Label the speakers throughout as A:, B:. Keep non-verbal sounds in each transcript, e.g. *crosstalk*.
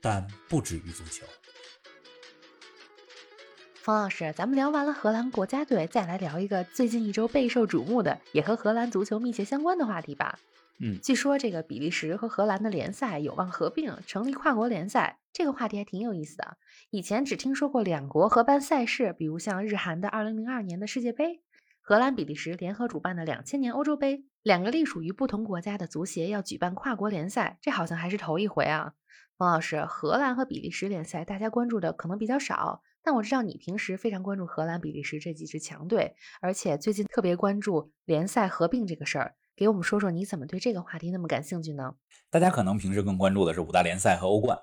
A: 但不止于足球。
B: 方老师，咱们聊完了荷兰国家队，再来聊一个最近一周备受瞩目的，也和荷兰足球密切相关的话题吧。
C: 嗯，
B: 据说这个比利时和荷兰的联赛有望合并，成立跨国联赛。这个话题还挺有意思的。啊以前只听说过两国合办赛事，比如像日韩的2002年的世界杯，荷兰、比利时联合主办的2000年欧洲杯，两个隶属于不同国家的足协要举办跨国联赛，这好像还是头一回啊。王老师，荷兰和比利时联赛大家关注的可能比较少，但我知道你平时非常关注荷兰、比利时这几支强队，而且最近特别关注联赛合并这个事儿。给我们说说你怎么对这个话题那么感兴趣呢？
C: 大家可能平时更关注的是五大联赛和欧冠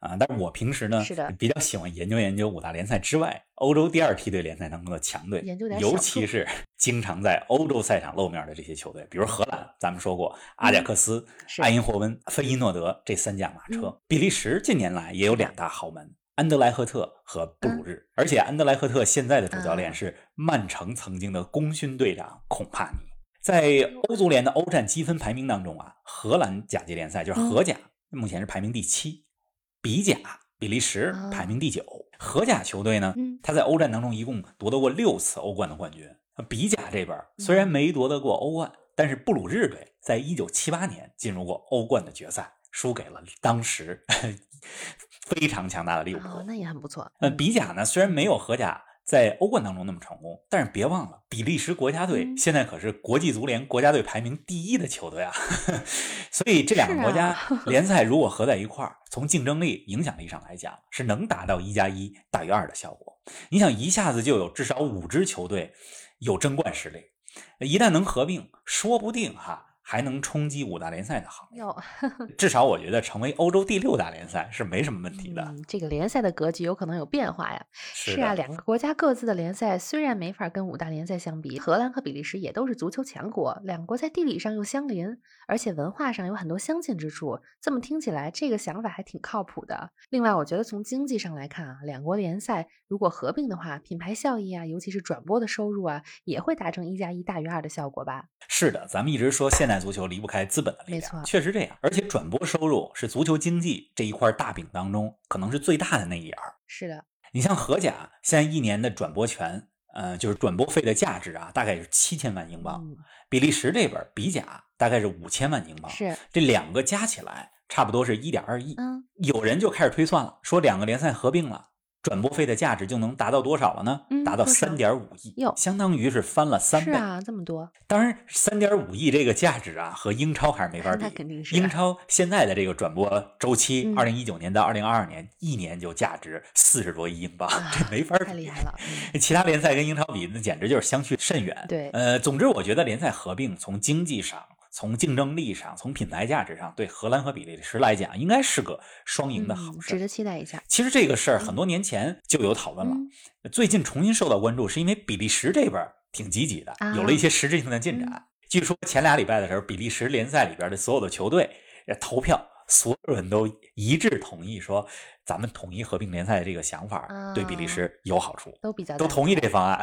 C: 啊，但是我平时呢，
B: 是的
C: 比较喜欢研究研究五大联赛之外，欧洲第二梯队联赛当中的强队，
B: 研究点
C: 尤
B: 小
C: 其
B: 数
C: 是经常在欧洲赛场露面的这些球队，比如荷兰，咱们说过阿贾克斯、
B: 是
C: 爱因霍温、费因诺德这三驾马车。
B: 嗯
C: 比利时近年来也有两大豪门。安德莱赫特和布
B: 嗯
C: 鲁日，而且安德莱赫特现在的主教练
B: 啊
C: 是曼城曾经的功勋队长孔帕尼。在欧足联的欧战积分排名当中啊，荷兰甲级联赛就是
B: 嗯
C: 荷甲，目前是排名第七，比甲比利时
B: 哦
C: 排名第九。荷甲球队呢，
B: 嗯
C: 他在欧战当中一共夺得过六次欧冠的冠军。比甲这边虽然没夺得过欧冠，但是布鲁日队在一九七八年进入过欧冠的决赛，输给了当时 *laughs* 非常强大的利物浦。
B: 哦，那也很不错。
C: 呃，比甲呢虽然没有荷甲在欧冠当中那么成功，但是别忘了，比利时国家队
B: 嗯
C: 现在可是国际足联国家队排名第一的球队啊， *laughs* 所以这两个
B: 是
C: 国家
B: 啊 *laughs*
C: 联赛如果合在一块儿，从竞争力、影响力上来讲，是能达到一加一大于二的效果。你想一下子就有至少五支球队有争冠实力，一旦能合并，说不定哈。还能冲击五大联赛的行列，
B: 哟，
C: 至少我觉得成为欧洲第六大联赛是没什么问题的。
B: 嗯，这个联赛的格局有可能有变化呀。
C: 是
B: 啊，
C: 的
B: 两个国家各自的联赛虽然没法跟五大联赛相比，荷兰和比利时也都是足球强国，两国在地理上又相邻，而且文化上有很多相近之处。这么听起来，这个想法还挺靠谱的。另外，我觉得从经济上来看啊，两国联赛如果合并的话，品牌效益啊，尤其是转播的收入啊，也会达成一加一大于二的效果吧？
C: 是的，咱们一直说现代足球离不开资本的力
B: 没
C: 量，
B: 错嗯
C: 确实这样。而且转播收入是足球经济这一块大饼当中可能是最大的那一眼儿。
B: 是的，
C: 你像荷甲现在一年的转播权，呃，就是转播费的价值啊，大概是七千万英镑。
B: 嗯，
C: 比利时这边儿比甲大概是五千万英镑，
B: 是，
C: 这两个加起来差不多是一点二亿。
B: 嗯
C: 有人就开始推算了，说两个联赛合并了，转播费的价值就能达到多少了呢？
B: 嗯
C: 达到
B: 多少
C: 三点五亿
B: 哟，
C: 相当于是翻了三
B: 是
C: 倍。
B: 啊，这么多，
C: 当然，三点五亿这个价值啊，和英超还是没法
B: 那
C: 比。
B: 肯定是啊
C: 英超现在的这个转播周期，
B: 嗯
C: 二零一九年到二零二二年，一年就价值四十多亿英镑，
B: 啊
C: *laughs* 这没法比。
B: 太厉害了，嗯
C: *laughs* 其他联赛跟英超比，那简直就是相去甚 *laughs* 远。
B: 对
C: 呃，总之我觉得联赛合并，从经济上、从竞争力上、从品牌价值上，对荷兰和比利时来讲，应该是个双赢的好
B: 嗯
C: 事。
B: 值得期待一下。
C: 其实这个事儿很多年前就有讨论了，
B: 嗯
C: 最近重新受到关注，是因为比利时这边儿挺积极的
B: 啊，嗯
C: 有了一些实质性的进展。据说前俩礼拜的时候，比利时联赛里边的所有的球队呃投票，所有人都一致同意说，咱们统一合并联赛的这个想法儿对比利
B: 啊
C: 时有好处，
B: 都比较
C: 都
B: 赞
C: 同意
B: 同
C: 这方案。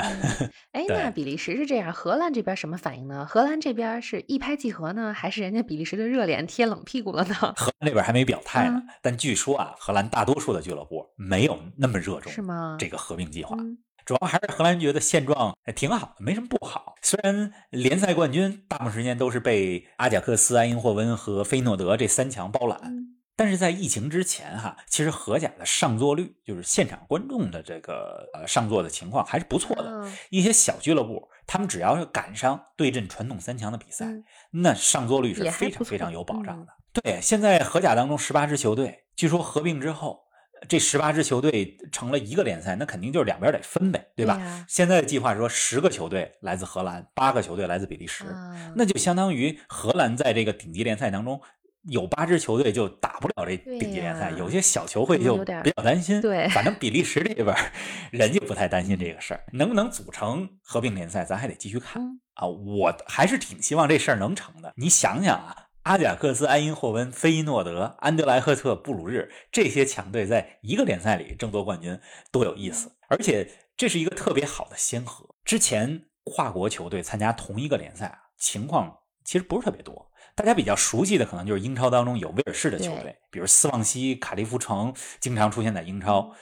B: 哎，
C: 对
B: 那比利时是这样，荷兰这边什么反应呢？荷兰这边是一拍即合呢，还是人家比利时的热脸贴冷屁股了呢？ *laughs*
C: 荷兰这边还没表态呢
B: 嗯，
C: 但据说啊，荷兰大多数的俱乐部没有那么热衷
B: 是吗？
C: 这个合并计划。
B: 嗯，
C: 主要还是荷兰觉得现状还挺好的，没什么不好。虽然联赛冠军大部分时间都是被阿贾克斯、埃因霍温和菲诺德这三强包揽，
B: 嗯
C: 但是在疫情之前哈，其实荷甲的上座率，就是现场观众的这个呃上座的情况还是不错的。
B: 啊
C: 一些小俱乐部，他们只要是赶上对阵传统三强的比赛，
B: 嗯
C: 那上座率是
B: 也还
C: 非
B: 不
C: 常
B: 错嗯
C: 非常有保障的。对，现在荷甲当中十八支球队，据说合并之后，这十八支球队成了一个联赛，那肯定就是两边得分呗，对吧？
B: 对呀
C: 现在的计划说，十个球队来自荷兰，八个球队来自比利时，
B: 啊
C: 那就相当于荷兰在这个顶级联赛当中有八支球队就打不了这
B: 对
C: 顶级联赛，
B: 呀
C: 有些小球会
B: 可能
C: 就
B: 有点儿
C: 比较担心。
B: 对
C: 反正比利时这边儿 *laughs* 人家不太担心这个事儿，能不能组成合并联赛，咱还得继续看。
B: 嗯，
C: 啊，我还是挺希望这事儿能成的。你想想啊，阿贾克斯、埃因霍温、菲因诺德、安德莱赫特、布鲁日这些强队在一个联赛里争夺冠军，多有
B: 嗯
C: 意思！而且这是一个特别好的先河。之前跨国球队参加同一个联赛啊，情况其实不是特别多。大家比较熟悉的可能就是英超当中有威尔士的球队
B: 对，
C: 比如斯旺西、卡利夫城，经常出现在英
B: 嗯
C: 超。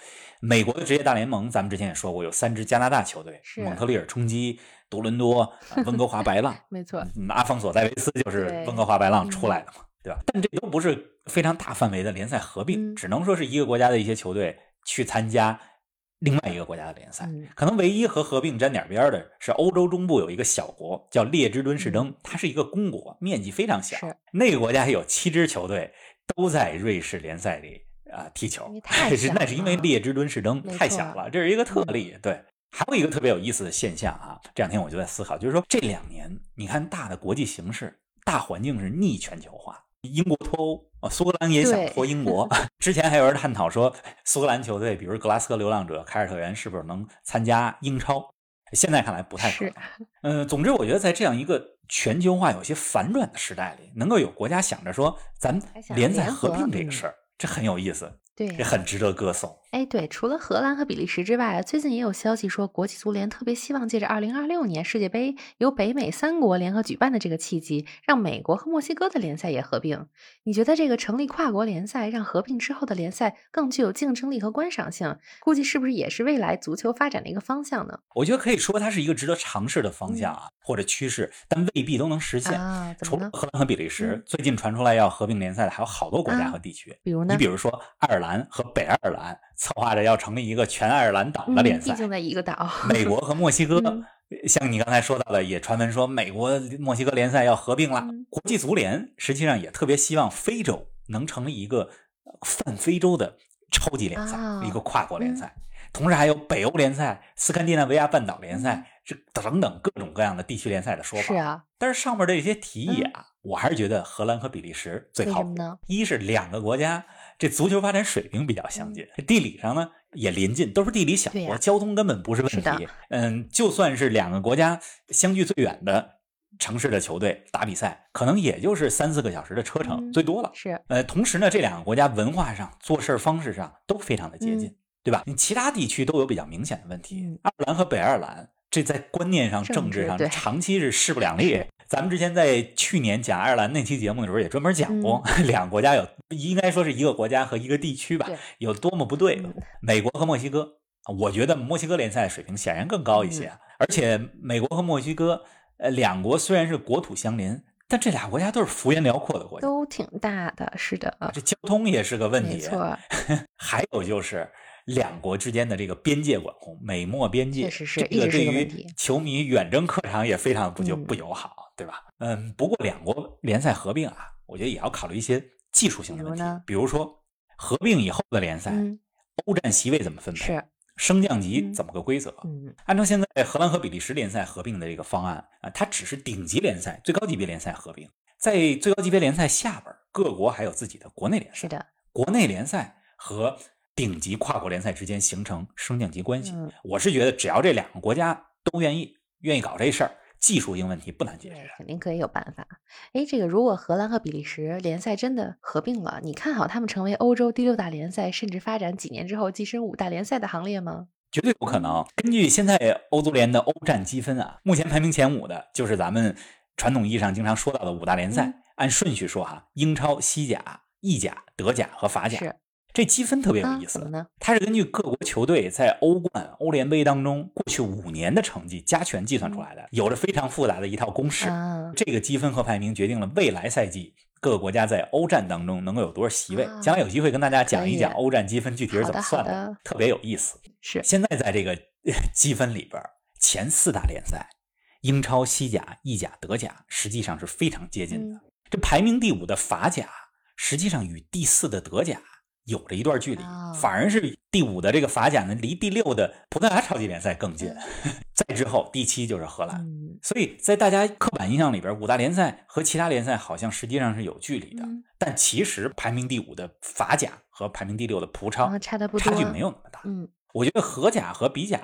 C: 美国的职业大联盟，咱们之前也说过，有三支加拿大球队：
B: 是啊
C: 蒙特利尔冲击、多伦多、呃温哥华白浪。
B: 没错，
C: 嗯阿方索·戴维斯就是
B: 对
C: 温哥华白浪
B: 嗯
C: 出来的嘛，对吧？但这都不是非常大范围的联赛合并，
B: 嗯
C: 只能说是一个国家的一些球队去参加另外一个国家的联赛。
B: 嗯，
C: 可能唯一和合并沾点边儿的是，欧洲中部有一个小国叫列支敦士登，它是一个公国，面积非常小
B: 嗯是。
C: 那个国家有七支球队都在瑞士联赛里啊、踢球
B: 因
C: *laughs*
B: 为，太
C: 是
B: 小
C: 那是因为
B: 了
C: 列支敦士登
B: 没
C: 太
B: 错嗯
C: 小了，这是一个特例。对，还有一个特别有意思的现象啊，这两天我就在思考，就是说这两年你看大的国际形势、大环境是逆全球化。英国脱欧啊，苏格兰也想
B: 对
C: 脱英国。之前还有人探讨说，苏格兰球队，比如格拉斯哥流浪者、凯尔特人，是不是能参加英超？现在看来不太可能
B: 是。
C: 嗯、总之我觉得在这样一个全球化有些反转的时代里，能够有国家想着说咱
B: 还想
C: 联赛
B: 联
C: 合
B: 合
C: 并这个
B: 嗯
C: 事儿，这很有意思，
B: 对
C: 也
B: 呀、
C: 很值得歌颂。
B: 哎，对，除了荷兰和比利时之外，最近也有消息说，国际足联特别希望借着2026年世界杯由北美三国联合举办的这个契机，让美国和墨西哥的联赛也合并。你觉得这个成立跨国联赛，让合并之后的联赛更具有竞争力和观赏性，估计是不是也是未来足球发展的一个方向呢？
C: 我觉得可以说它是一个值得尝试的方向啊，或者趋势，但未必都能实现。
B: 嗯啊，怎
C: 除
B: 么
C: 了
B: 呢？
C: 荷兰和比利时，
B: 嗯
C: 最近传出来要合并联赛的还有好多国家
B: 啊
C: 和地区。
B: 比如呢？
C: 你比如说，爱尔兰和北爱尔兰策划着要成立一个全爱尔兰岛的联
B: 嗯，毕
C: 赛。
B: 竟在一个岛。
C: 美国和墨西哥，
B: 嗯
C: 像你刚才说到的，也传闻说美国墨西哥联赛要合并了。
B: 嗯
C: 国际足联实际上也特别希望非洲能成立一个呃泛非洲的超级联赛，
B: 啊
C: 一个跨国联赛。同时还有北欧联赛、斯堪的纳维亚半岛联赛，这、等等各种各样的地区联赛的说
B: 嗯
C: 法。
B: 是啊，
C: 但是上面这些提议啊，我还是觉得荷兰和比利时最
B: 嗯为
C: 靠
B: 什
C: 谱
B: 么。呢？
C: 一是两个国家这足球发展水平比较相近，地理上呢也临近，都是地理小
B: 嗯对
C: 国，
B: 呀
C: 交通根本不是问
B: 是的
C: 题。嗯，就算是两个国家相距最远的城市的球队打比赛，可能也就是三四个小时的车程、
B: 嗯
C: 最多了。
B: 是
C: 呃，同时呢，这两个国家文化上、做事方式上都非常的接近，
B: 嗯
C: 对吧？你其他地区都有比较明显的问题，
B: 嗯
C: 爱尔兰和北爱尔兰这在观念上、政
B: 政
C: 治
B: 治
C: 上
B: 对
C: 长期是势不两立
B: 是。
C: 咱们之前在去年讲爱尔兰那期节目的时候，也专门讲过、两个国家有，应该说是一个国家和一个地区吧
B: 嗯对，
C: 有多么不对的。
B: 嗯
C: 美国和墨西哥，我觉得墨西哥联赛水平显然更高一
B: 嗯
C: 些，啊而且美国和墨西哥，呃，两国虽然是国土相邻，但这俩国家都是幅员辽阔的国家。
B: 都挺大的，是的，
C: 这交通也是个问
B: 没
C: 题。
B: 错，
C: 还有就是两国之间的这个边界管控，美墨边界，
B: 确实是
C: 这
B: 一
C: 个
B: 直是
C: 对
B: 一个问
C: 于
B: 题
C: 球迷远征客场也非常不就
B: 嗯
C: 不友好，对吧？嗯，不过两国联赛合并啊，我觉得也要考虑一些技术性的问
B: 比
C: 题
B: 如呢，
C: 比如说合并以后的联赛，
B: 嗯，
C: 欧战席位怎么分配，
B: 是，
C: 升降级
B: 嗯
C: 怎么个规则？
B: 嗯，
C: 按照现在荷兰和比利时联赛合并的这个方案啊，它只是顶级联赛、最高级别联赛合并，在最高级别联赛下边儿，各国还有自己的国内联赛
B: 是。的，
C: 国内联赛和顶级跨国联赛之间形成升降级关系。
B: 嗯
C: 我是觉得，只要这两个国家都愿意愿意搞这事儿，技术性问题不难解
B: 对
C: 决。
B: 肯定可以有办法。哎，这个如果荷兰和比利时联赛真的合并了，你看好他们成为欧洲第六大联赛，甚至发展几年之后跻身五大联赛的行列吗？
C: 绝对有可能。根据现在欧足联的欧战积分啊，目前排名前五的就是咱们传统意义上经常说到的五大联赛。
B: 嗯
C: 按顺序说哈，英超、西甲、意甲、德甲和法甲
B: 是，
C: 这积分特别有
B: 啊
C: 意，思。
B: 怎么呢？
C: 它是根据各国球队在欧冠、欧联杯当中过去五年的成绩加权计算出来
B: 嗯
C: 的，有着非常复杂的一套公式。
B: 啊，
C: 这个积分和排名决定了未来赛季各个国家在欧战当中能够有多少席位。
B: 啊
C: 将来有机会跟大家讲一讲
B: 可以
C: 欧战积分具体是怎么算
B: 好的好的
C: 特别有意思。
B: 是
C: 现在在这个 *laughs* 呃积分里边，前四大联赛，英超、西甲、意甲、德甲，实际上是
B: 嗯
C: 非常接近的。这排名第五的法甲，实际上与第四的德甲有着一段距离，
B: 哦
C: 反而是第五的这个法甲呢，离第六的葡萄牙超级联赛更近。 *laughs* 再之后，第七就是荷兰。
B: 嗯
C: 所以在大家刻板印象里边，五大联赛和其他联赛好像实际上是有距离的，
B: 嗯，
C: 但其实排名第五的法甲和排名第六的葡超、
B: 然后啊哦差的不多，
C: 差距没有那么大。
B: 嗯
C: 我觉得荷甲和比甲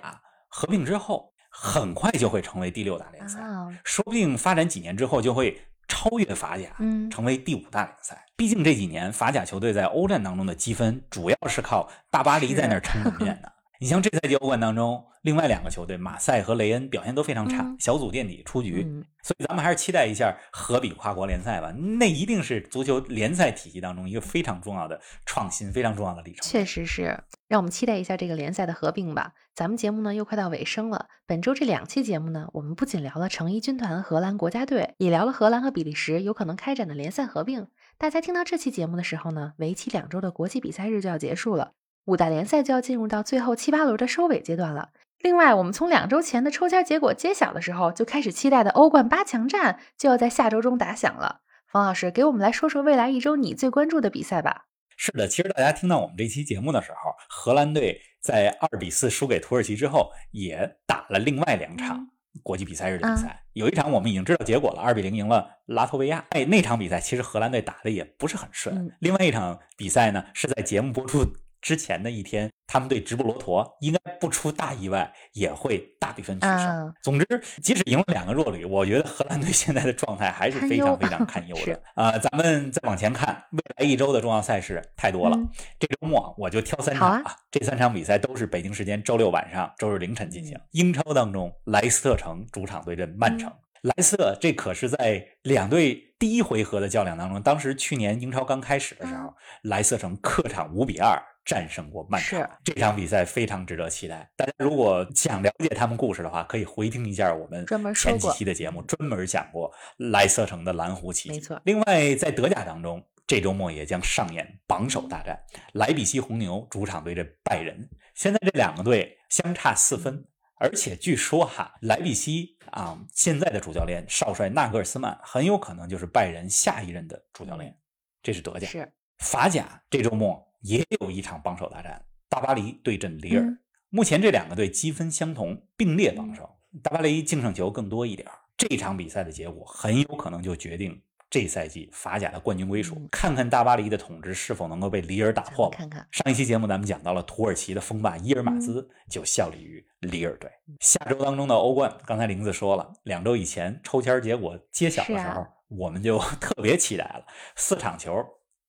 C: 合并之后，很快就会成为第六大联赛，
B: 啊，
C: 说不定发展几年之后就会超越法甲，
B: 嗯
C: 成为第五大联赛。毕竟这几年法甲球队在欧战当中的积分，主要是靠大巴黎在那儿撑门面的。你像这赛季欧冠当中，另外两个球队马赛和雷恩表现都非常差，
B: 嗯
C: 小组垫底出局。
B: 嗯
C: 所以咱们还是期待一下荷比跨国联赛吧，那一定是足球联赛体系当中一个非常重要的创新、非常重要的里程碑。
B: 确实是，让我们期待一下这个联赛的合并吧。咱们节目呢又快到尾声了，本周这两期节目呢，我们不仅聊了成衣军团和荷兰国家队，也聊了荷兰和比利时有可能开展的联赛合并。大家听到这期节目的时候呢，为期两周的国际比赛日就要结束了，五大联赛就要进入到最后七八轮的收尾阶段了。另外，我们从两周前的抽签结果揭晓的时候就开始期待的欧冠八强战就要在下周中打响了。冯老师，给我们来说说未来一周你最关注的比赛吧。
C: 是的，其实大家听到我们这期节目的时候，荷兰队在二比四输给土耳其之后，也打了另外两场
B: 嗯
C: 国际比赛日的比赛。有一场我们已经知道结果了，二比零赢了拉脱维亚。哎，那场比赛其实荷兰队打的也不是很顺。
B: 嗯
C: 另外一场比赛呢，是在节目播出之前的一天，他们对直布罗陀应该不出大意外也会大比分取胜。
B: 啊
C: 总之，即使赢了两个弱旅，我觉得荷兰队现在的状态还是非
B: 堪忧
C: 常非
B: *laughs*
C: 常堪忧
B: 是
C: 的。啊、咱们再往前看，未来一周的重要赛事太多了。
B: 嗯
C: 这周末我就挑三场
B: 好啊
C: 这三场比赛都是北京时间周六晚上、周日凌晨进
B: 嗯
C: 行。英超当中，莱斯特城主场对阵曼城。莱斯特这可是在两队第一回合的较量当中，当时去年英超刚开始的时
B: 嗯
C: 候，莱斯特城客场五比二战胜过曼城
B: 是。
C: 这场比赛非常值得期待。大家如果想了解他们故事的话，可以回听一下我们
B: 专门说
C: 前几
B: 过
C: 期的节目，专门讲过莱斯特城的蓝狐奇迹。
B: 没错
C: 另外，在德甲当中，这周末也将上演榜首大战，莱比锡红牛主场对阵拜仁。现在这两个队相差四
B: 嗯
C: 分，而且据说哈，莱比锡啊、现在的主教练少帅纳格尔斯曼很有可能就是拜仁下一任的主教
B: 嗯
C: 练。这是德甲。
B: 是，
C: 法甲这周末也有一场榜首大战，大巴黎对阵里尔。
B: 嗯
C: 目前这两个队积分相同，并列榜首，大巴黎净胜球更多一点儿。这场比赛的结果很有可能就决定这赛季法甲的冠军归属。
B: 嗯
C: 看看大巴黎的统治是否能够被里尔打
B: 咱
C: 破
B: 们
C: 吧。
B: 看看。
C: 上一期节目咱们讲到了土耳其的锋霸伊尔
B: 嗯
C: 马兹就效力于里尔队。下周当中的欧冠，刚才玲子说了，两周以前抽签结果揭晓的时
B: 是
C: 候，
B: 啊
C: 我们就 *laughs* 特别期待了，四场球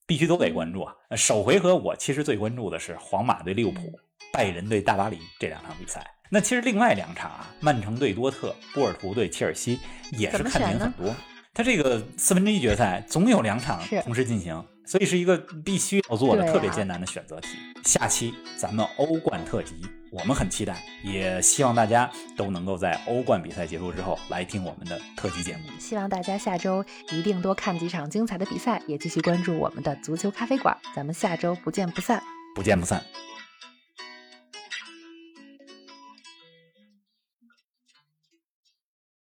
C: 必须都得关注啊。
B: 嗯
C: 呃首回合我其实最关注的是皇马对利物浦、拜仁对大巴黎这两场比赛。那其实另外两场啊，曼城对多特、波尔图对切尔西也是
B: 怎么
C: 看
B: 选
C: 点
B: 呢
C: 很多。它这个四分之一决赛总有两场
B: 是
C: 同时进行，所以是一个必须要做的、
B: 对啊
C: 特别艰难的选择题。下期咱们欧冠特辑，我们很期待，也希望大家都能够在欧冠比赛结束之后来听我们的特辑节目。
B: 希望大家下周一定多看几场精彩的比赛，也继续关注我们的足球咖啡馆。咱们下周不见不散。
C: 不见不散。